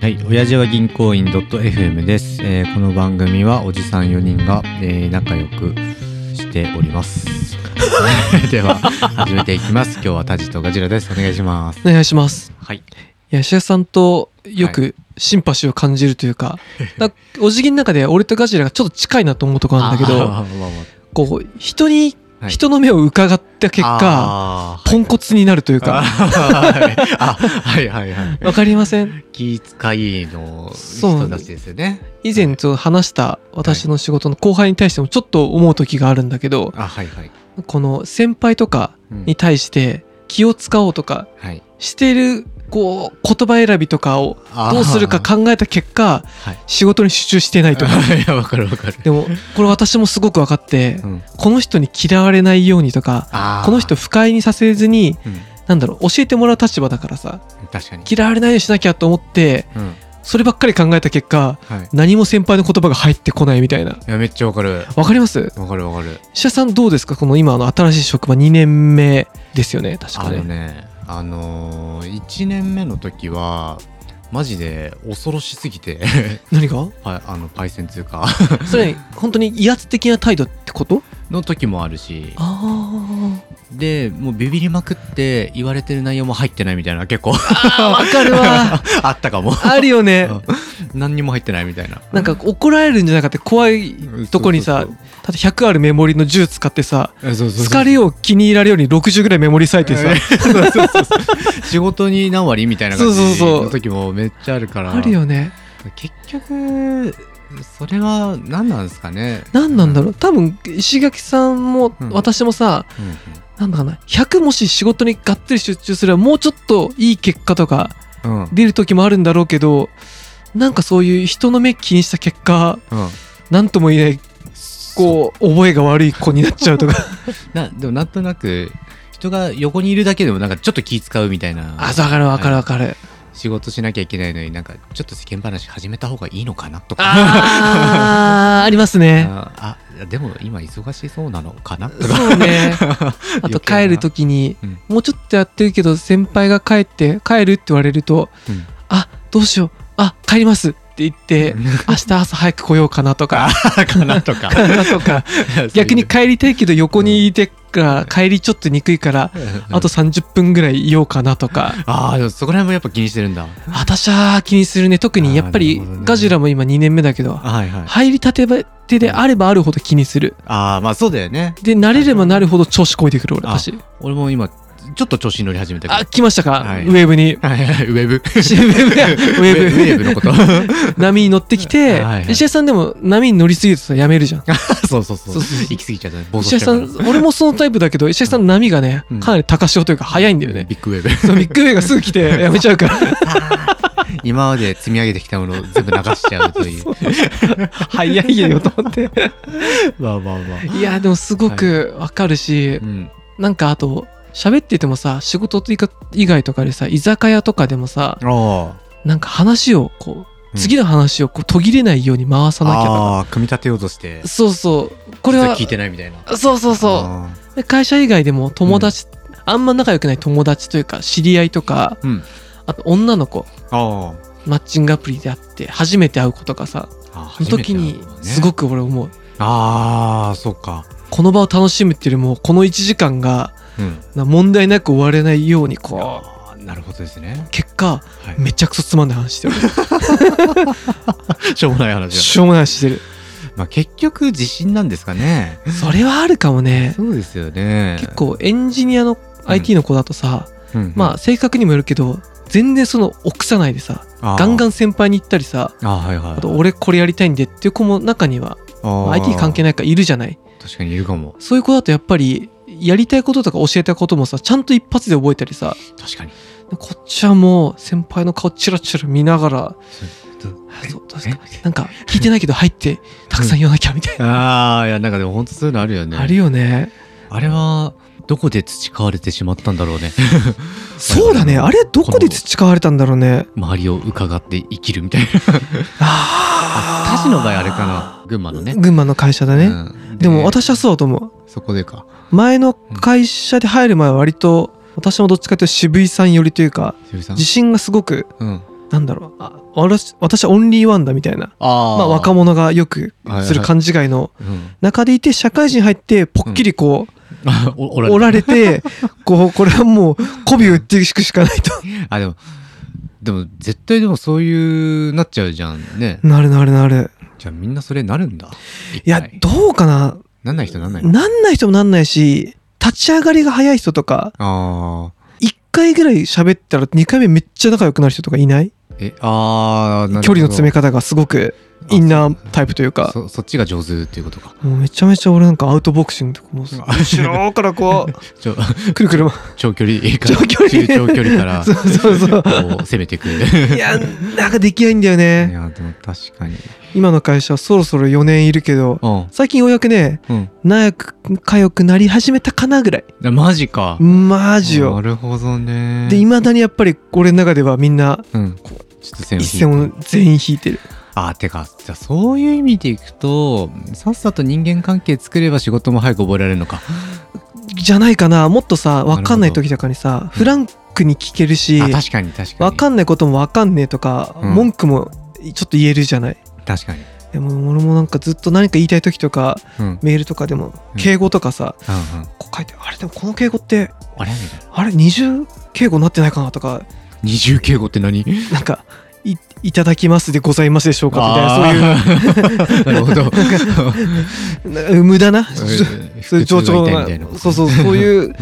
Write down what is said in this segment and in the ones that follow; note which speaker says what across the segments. Speaker 1: はい、親父は銀行員 .fm です、えーこの番組はおじさん4人が、えー仲良くしております では始めていき ます今日はタジとガジラですお願いします
Speaker 2: お願いします。
Speaker 1: はい
Speaker 2: いや、石田さんとよ
Speaker 1: は
Speaker 2: くシンパシーを感じるとい うか、なお辞儀の中で俺とガジラがちょっと近いなと思うところなんだけど、
Speaker 1: あーまあまあ
Speaker 2: こう、人に、
Speaker 1: はい
Speaker 2: 人の目を伺った結果、
Speaker 1: あー
Speaker 2: ポンコツになるという
Speaker 1: あ
Speaker 2: か、
Speaker 1: はいあはいはいはい
Speaker 2: わかりません
Speaker 1: 気遣いの人たちですよね
Speaker 2: 以前ちょっと話した私の仕事の後輩に対してもちょっと思う時があるんだけど、
Speaker 1: あはいはい、
Speaker 2: この先輩とか
Speaker 1: うん
Speaker 2: に対して気を使おうとか
Speaker 1: はい
Speaker 2: してる、こう、言葉選びとかを
Speaker 1: あー
Speaker 2: どうするか考えた結果、
Speaker 1: はい
Speaker 2: 仕事に集中してないとか。
Speaker 1: いやわかるわかる、
Speaker 2: でもこれ私もすごく分かって
Speaker 1: ん、
Speaker 2: この人に嫌われないようにとか
Speaker 1: あー
Speaker 2: この人、不快にさせずに
Speaker 1: うん、
Speaker 2: なんだろう教えてもらう立場だからさ
Speaker 1: 確かに、
Speaker 2: 嫌われないようにしなきゃと思って
Speaker 1: うん
Speaker 2: そればっかり考えた結果
Speaker 1: はい、い
Speaker 2: 何も先輩の言葉が入ってこないみたいな
Speaker 1: やめっちゃわかる
Speaker 2: わかります
Speaker 1: わかるわかる
Speaker 2: 石田さんどうですかこの今の新しい職場2年目ですよね確
Speaker 1: あ
Speaker 2: か
Speaker 1: の
Speaker 2: ね
Speaker 1: ねあのー、1年目の時はマジで恐ろしすぎて
Speaker 2: 何が
Speaker 1: パあのパイセン通貨
Speaker 2: それ本当に威圧的な態度ってこと
Speaker 1: の時もあるし
Speaker 2: あ
Speaker 1: でもうビビりまくって言われてる内容も入ってないみたいな結構
Speaker 2: あわかるわ
Speaker 1: あったかも
Speaker 2: ある よね
Speaker 1: 何にも入ってないみたいな
Speaker 2: なんか怒られるんじゃなくて怖いとこにさただ100あるメモリの10使ってさ疲
Speaker 1: 疲
Speaker 2: れ
Speaker 1: を
Speaker 2: を気に入られるように60ぐらいメモリ割いてさ
Speaker 1: 仕事に何割みたいな感
Speaker 2: そうそう
Speaker 1: じ
Speaker 2: そう
Speaker 1: の時もめっちゃあるから
Speaker 2: あるよね
Speaker 1: 結局それは何なんですかね
Speaker 2: 何なんだろう多分石垣さんも
Speaker 1: うん
Speaker 2: 私もさ
Speaker 1: うんうん
Speaker 2: なんだかな100もし仕事にがっつり集中すればもうちょっといい結果とか
Speaker 1: うん
Speaker 2: 出る時もあるんだろうけどなんかそういう人の目気にした結果
Speaker 1: うん
Speaker 2: 何とも言えないこう覚えが悪い子になっちゃうと か
Speaker 1: なでもなんとなく人が横にいるだけでもなんかちょっと気使うみたいな
Speaker 2: あ分かる分かる分かる
Speaker 1: 仕事しなきゃいけないのになんかちょっと世間話始めた方がいいのかなとか
Speaker 2: あーありますね
Speaker 1: ああでも今忙しそうなのかなとか
Speaker 2: そう ね。あと
Speaker 1: 余計な
Speaker 2: 帰る時に、
Speaker 1: うん
Speaker 2: もうちょっとやってるけど先輩が帰って帰るって言われると、
Speaker 1: うん
Speaker 2: あどうしようあ帰りますって言って明日朝早く来ようかなとか
Speaker 1: かなと か
Speaker 2: かなとか逆に帰りたいけど横にいてから帰りちょっと憎いから。あと30分ぐらいいようかなとか、
Speaker 1: ああでもそこら辺もやっぱ気にしてるんだ
Speaker 2: 私は気にするね。特にやっぱ
Speaker 1: あーな
Speaker 2: り
Speaker 1: るほどね
Speaker 2: ガジラも今2年目だけど、
Speaker 1: はいはい
Speaker 2: 入りたてばてであればあるほど気にする。
Speaker 1: ああまあそうだよね
Speaker 2: で、慣れればなるほど調子こいてくる俺、
Speaker 1: あ
Speaker 2: 私。
Speaker 1: 俺も今ちょっと調子に乗り始めた
Speaker 2: あ、
Speaker 1: け
Speaker 2: 来ましたか、
Speaker 1: はい
Speaker 2: ウェーブに。
Speaker 1: どはいはいウェブウ
Speaker 2: ウェブやウェブ
Speaker 1: ウェブのこと
Speaker 2: 波に乗ってき
Speaker 1: は
Speaker 2: て、
Speaker 1: いはい
Speaker 2: 石田さんでも波に乗りすぎるとさやめるじゃん
Speaker 1: そうそうそう
Speaker 2: そうそうそう
Speaker 1: 行き過ぎちゃったね暴走
Speaker 2: 石田
Speaker 1: しちゃ
Speaker 2: さ
Speaker 1: うから
Speaker 2: ん俺もそのタイプだけど石田さん波がね
Speaker 1: うん
Speaker 2: かなり高潮というか速いんだよね、
Speaker 1: ビッグウェブ
Speaker 2: そのビッグウェイがすぐ来てやめちゃうから
Speaker 1: 今まで積み上げてきたものを全部流しちゃうと いう
Speaker 2: 速いよと思って
Speaker 1: まあまあまあ
Speaker 2: いやでもすごくわかるし、
Speaker 1: うん
Speaker 2: なんかあと喋っててもさ仕事といか以外とかでさ居酒屋とかでもさ
Speaker 1: あ
Speaker 2: なんか話をこ
Speaker 1: う
Speaker 2: うん次の話をこう途切れないように回さなきゃとか、
Speaker 1: あー組み立てようとして
Speaker 2: そうそうこれ
Speaker 1: 実
Speaker 2: は
Speaker 1: 聞いてないみたいな
Speaker 2: そうそうそう
Speaker 1: あ
Speaker 2: で会社以外でも友達、あんま仲良くない友達というか知り合いとか
Speaker 1: ーうん
Speaker 2: あと女の子
Speaker 1: あ
Speaker 2: マッチングアプリで会って初めて会う子とかさ
Speaker 1: あ
Speaker 2: その時にす
Speaker 1: く
Speaker 2: ごく俺思う、
Speaker 1: ああそうか
Speaker 2: この場を楽しむっていうよりもこの1時間が
Speaker 1: うん
Speaker 2: な問題なく終われないようにこ
Speaker 1: あーなるほどですね
Speaker 2: う結果
Speaker 1: はい
Speaker 2: めちゃくそつまんない話してる
Speaker 1: しょうもない話だ
Speaker 2: しょうもない話してる
Speaker 1: まあ結局自信なんですかね
Speaker 2: それはあるかもね
Speaker 1: そうですよね
Speaker 2: 結構エンジニアの IT の子だとさ、
Speaker 1: うん
Speaker 2: まあ性格にもよるけど全然その臆さないでさ
Speaker 1: あ
Speaker 2: ガンガ
Speaker 1: ン
Speaker 2: ン先輩に行ったりさ
Speaker 1: あーはいはい
Speaker 2: あと俺これやりたいんでっていう子も中にはまあ IT 関係
Speaker 1: ない
Speaker 2: ないからいるじゃない
Speaker 1: 確かにいるかも
Speaker 2: そういう子だとやっぱりやりたいこととか教えたこともさちゃんと一発で覚えたりさ
Speaker 1: 確かに
Speaker 2: こっちはもう先輩の顔チラチラ見ながらあそうどうですかなんか聞いてないけど入ってたくさん言わなきゃみたいな、
Speaker 1: ああいやなんかでも本当そういうのあるよね
Speaker 2: あるよね
Speaker 1: あれはどこで培われてしまったんだろう ね
Speaker 2: そうだねあれどこで培われたんだろうね
Speaker 1: 周りを伺って生きるみたいな
Speaker 2: あ
Speaker 1: タジの場合あれかな群馬のね
Speaker 2: 群馬の会社だね、
Speaker 1: うん
Speaker 2: でも私はそうだと思う
Speaker 1: そこでか
Speaker 2: 前の会社で入る前は割と私もどっちかというと渋井さん寄りというか
Speaker 1: 渋井さん
Speaker 2: 自信がすごく
Speaker 1: うん
Speaker 2: なんだろうあ私私はオンリーワンだみたいな
Speaker 1: あ
Speaker 2: まあ、若
Speaker 1: 者、
Speaker 2: 者がよくする勘違いの
Speaker 1: うん
Speaker 2: 中でいて社会人入ってポッキリこう
Speaker 1: あおおられた
Speaker 2: 折られ てこうこれはもう媚び売っていくしかないと
Speaker 1: あでもでも絶対でもそういうなっちゃうじゃんね
Speaker 2: なるなるなる
Speaker 1: じゃあみんなそれなるんだ
Speaker 2: いや
Speaker 1: 一回
Speaker 2: どうかな
Speaker 1: なんない人なんないの
Speaker 2: なんない人もなんないし立ち上がりが早い人とか
Speaker 1: あ
Speaker 2: 1回ぐらい喋ったら2回目めっちゃ仲良くなる人とかいない
Speaker 1: ーえあーなるほど
Speaker 2: 距離の詰め方がすごくインナータイプというか
Speaker 1: そそっちが上手っていうことか
Speaker 2: もうめちゃめちゃ俺なんかアウトボクシングとかもう
Speaker 1: あ
Speaker 2: 後ろからこう
Speaker 1: ちょ
Speaker 2: くるくる
Speaker 1: 長距離か
Speaker 2: 長距離
Speaker 1: 中長距離から
Speaker 2: 回 そうそうそう
Speaker 1: こう攻めてい くい
Speaker 2: いやなんかできないんだよね
Speaker 1: やでも確かに
Speaker 2: 今の会社そろそろ4年いるけど
Speaker 1: うん
Speaker 2: 最近ようやくね
Speaker 1: うん
Speaker 2: 仲良くなり始めたかなぐらい
Speaker 1: あマジか
Speaker 2: マジ
Speaker 1: な
Speaker 2: よ
Speaker 1: るほどね
Speaker 2: でいまだにやっぱり俺の中ではみんな
Speaker 1: うんちょっと線を引い
Speaker 2: 一
Speaker 1: て
Speaker 2: 線を全員引いてる
Speaker 1: あーてかじゃあそういう意味でいくとさっさと人間関係作れば仕事も早く覚えられるのか
Speaker 2: じゃないかなもっとさ分かんない
Speaker 1: なるほど
Speaker 2: 時とかにさフランクに聞けるし
Speaker 1: あ確かに確かに
Speaker 2: 分かんないことも分かんねえとか
Speaker 1: うん
Speaker 2: 文句もちょっと言えるじゃない
Speaker 1: 確かに
Speaker 2: でも俺もなんかずっと何か言いたい時とか
Speaker 1: うんうんうん
Speaker 2: メールとかでも
Speaker 1: うん
Speaker 2: 敬語とかさ、
Speaker 1: あ
Speaker 2: こう書いてあれでもこの敬語って
Speaker 1: れみたいな
Speaker 2: あれ二重敬語になってないかな とか
Speaker 1: 二重敬語って何
Speaker 2: なんかい「いただきます」でございますでしょうかみたいな
Speaker 1: あー なる ほど
Speaker 2: そういうな無駄なそういう情緒
Speaker 1: が
Speaker 2: が
Speaker 1: みたいなこと
Speaker 2: そうそうそ ういうなん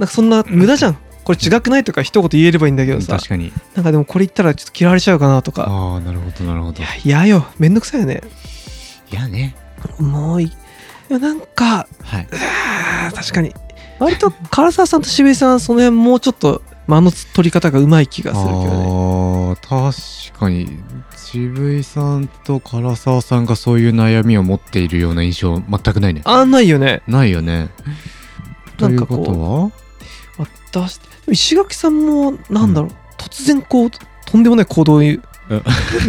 Speaker 2: かそんな無駄じゃんこれ違くないとか一言言えればいいんだけ
Speaker 1: う
Speaker 2: ど
Speaker 1: ん
Speaker 2: さ
Speaker 1: 確かに
Speaker 2: なんかでもこれ言ったらちょっと嫌われちゃうかなとか
Speaker 1: ああなるほどなるほ
Speaker 2: い
Speaker 1: ど
Speaker 2: や嫌よめんどくさいよね
Speaker 1: いやね
Speaker 2: もういいやなんか
Speaker 1: はい
Speaker 2: あー確かに割と唐沢さんと渋井さんはその辺もうちょっと間の取り方がうまい気がするけどね
Speaker 1: あー確かに渋井さんと唐沢さんがそういう悩みを持っているような印象全くないね
Speaker 2: あんないよね
Speaker 1: ないよねと
Speaker 2: ないん
Speaker 1: う
Speaker 2: か
Speaker 1: こ
Speaker 2: こと
Speaker 1: は
Speaker 2: 私でも石垣さんもなんだろう、突然こうとんでもない行動を移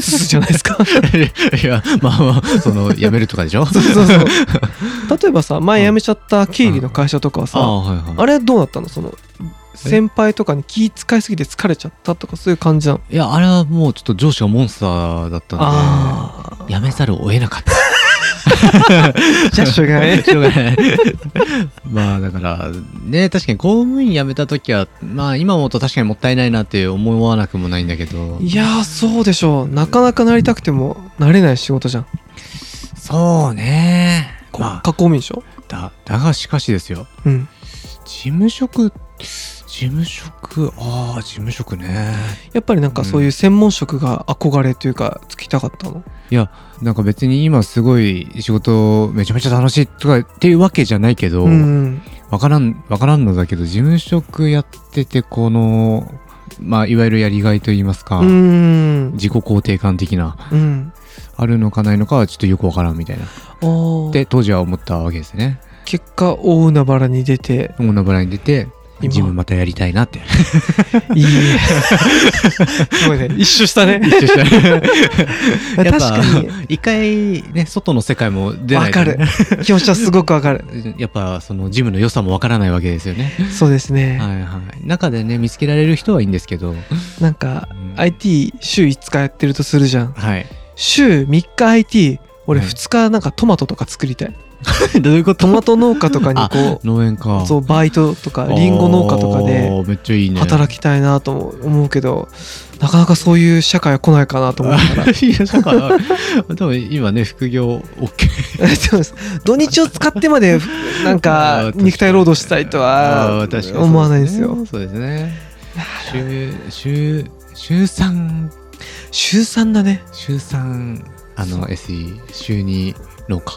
Speaker 2: すじゃないですかそ
Speaker 1: いやまあまあ その辞めるとかでしょ
Speaker 2: う そうそう例えばさ前
Speaker 1: うん
Speaker 2: 辞めちゃった経理の会社とかはさ、
Speaker 1: ああーはいはい
Speaker 2: あれどうなったのその先輩とかに気使いすぎて疲れちゃったとかそういう感じなの
Speaker 1: いやあれはもうちょっと上司がモンスターだったん
Speaker 2: ああ
Speaker 1: で辞めざるを得なかった
Speaker 2: じゃあしょうがない
Speaker 1: しょうがないまあだからね確かに公務員辞めた時はまあ今思うと確かにもったいないなって思わなくもないんだけど
Speaker 2: いやーそうでしょうなかなかなりたくてもなれない仕事じゃん
Speaker 1: そうね
Speaker 2: 加
Speaker 1: まあ
Speaker 2: 工民でしょ
Speaker 1: だだがしかしですよ
Speaker 2: うん
Speaker 1: 事務職事務職ああ事務職ね
Speaker 2: やっぱりなんかそういう専門職が憧れというかつきたかったの、
Speaker 1: なんか別に今すごい仕事めちゃめちゃ楽しいとかっていうわけじゃないけど、
Speaker 2: うん、
Speaker 1: わからん、わからんのだけど、事務職やってて、この、まあ、いわゆるやりがいといいますか、
Speaker 2: うん
Speaker 1: 自己肯定感的な、
Speaker 2: うん
Speaker 1: あるのかないのかはちょっとよくわからんみたいな。
Speaker 2: お
Speaker 1: で、当時は思ったわけですね。
Speaker 2: 結果大海原に出 て
Speaker 1: オーナブラに出て、
Speaker 2: 今
Speaker 1: 自分またやりたいなって。
Speaker 2: いいすごいね一周したね
Speaker 1: 一緒 した
Speaker 2: 確
Speaker 1: やっぱ
Speaker 2: か
Speaker 1: 一回、ね、外の世界も
Speaker 2: に
Speaker 1: 出な
Speaker 2: わ
Speaker 1: い
Speaker 2: か
Speaker 1: とね
Speaker 2: る気持ちはすごくわかる
Speaker 1: やっぱ、その、ジムの良さもわからないわけですよね。
Speaker 2: そうですね、
Speaker 1: はいはい。中でね、見つけられる人はいいんですけど、
Speaker 2: なんか
Speaker 1: うん
Speaker 2: IT 週5日やってるとするじゃん
Speaker 1: はい。
Speaker 2: 週3日 IT 俺
Speaker 1: うん
Speaker 2: 2日なんかトマトとか作りたい、
Speaker 1: どういうこと
Speaker 2: トマト農家とかにこ
Speaker 1: 農園 か
Speaker 2: う。そうバイトとかリンゴ農家とかで
Speaker 1: あー。めっちゃいいね。
Speaker 2: 働きたいなとも思うけど、なかなかそういう社会は来ないかなと思うから
Speaker 1: いやだからでも今ね副業 OK
Speaker 2: でも 土日を使ってまでなん
Speaker 1: あー
Speaker 2: か
Speaker 1: 確かに
Speaker 2: 肉体労働したいと
Speaker 1: あ
Speaker 2: は
Speaker 1: ー確かに
Speaker 2: 思わないですよ
Speaker 1: そうですねそうですね週週週三
Speaker 2: 週3だね
Speaker 1: 週三あの SE 週二農家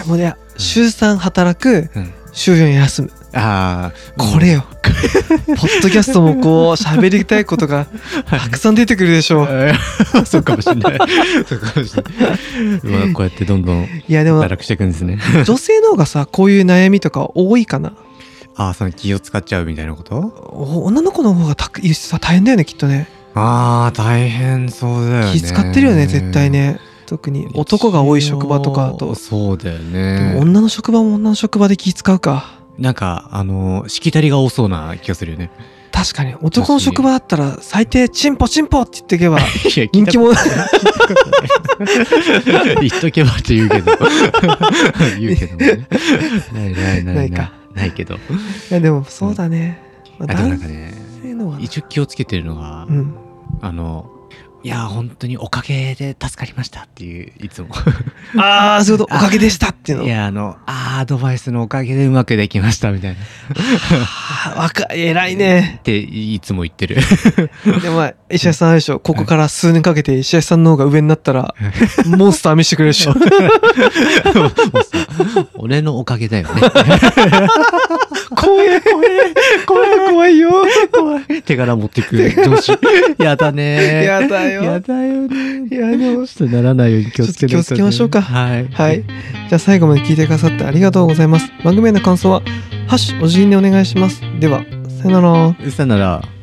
Speaker 2: あーもうね週3働く
Speaker 1: うん
Speaker 2: 週4休む
Speaker 1: あー
Speaker 2: こ れよポッドキャストもこう喋りたいこ とがたくさん出てくるでしょう
Speaker 1: え ーそうかもしれない そうかもしれない、まあ、こうやってどんどん
Speaker 2: いやでも
Speaker 1: 堕落していくん ですね
Speaker 2: 女性の方がさこういう悩みとか多いかな
Speaker 1: ああその気を使っちゃうみたいなこと
Speaker 2: お女の子の方がたくさ大変だよねきっとね
Speaker 1: ああ大変そうだよね
Speaker 2: 気使ってるよね絶対ね特に男が多い職場とかだ
Speaker 1: 一応
Speaker 2: と、
Speaker 1: そうだよ
Speaker 2: でも
Speaker 1: ね
Speaker 2: 女の職場も女の職場で気使うか
Speaker 1: なんかあのしきたりが多そうな気がするよね
Speaker 2: 確かに男の職場だったら最低チンポチンポって 言ってい けば
Speaker 1: いや
Speaker 2: 人気者
Speaker 1: 言っとけばって言うけど言うけどもねないないないな
Speaker 2: ないいか
Speaker 1: ないけど
Speaker 2: いやでもそうだね、ま
Speaker 1: あ
Speaker 2: あ
Speaker 1: となんか
Speaker 2: 男
Speaker 1: ね
Speaker 2: 性のはな
Speaker 1: 一応気をつけてるのが、
Speaker 2: うん
Speaker 1: あのいや本当におかげで助かりましたっていうい つも
Speaker 2: ああそういうことおかげでしたっていうの
Speaker 1: いやあのあーアドバイスのおかげでうまくできましたみたいなっ
Speaker 2: ああ若い偉い ね
Speaker 1: ていつも言ってる
Speaker 2: でもまあ石橋さんあれでしょここから数年かけて石橋さんの方が上になったらモンスター見せてくれるでしょ
Speaker 1: もうさ俺のおかげだよね
Speaker 2: 怖え怖え怖え怖いよ
Speaker 1: 手柄持ってくる上司やだね
Speaker 2: やだよ
Speaker 1: やだよね
Speaker 2: いやでも
Speaker 1: ちょっとならないように気をつけないとね
Speaker 2: ちょっと気をつけましょうか
Speaker 1: はい。
Speaker 2: はい。じゃあ最後まで聞いてくださってありがとうございます。番組への感想は、ハッシュお辞儀でお願いします。では、さよなら。
Speaker 1: さよなら。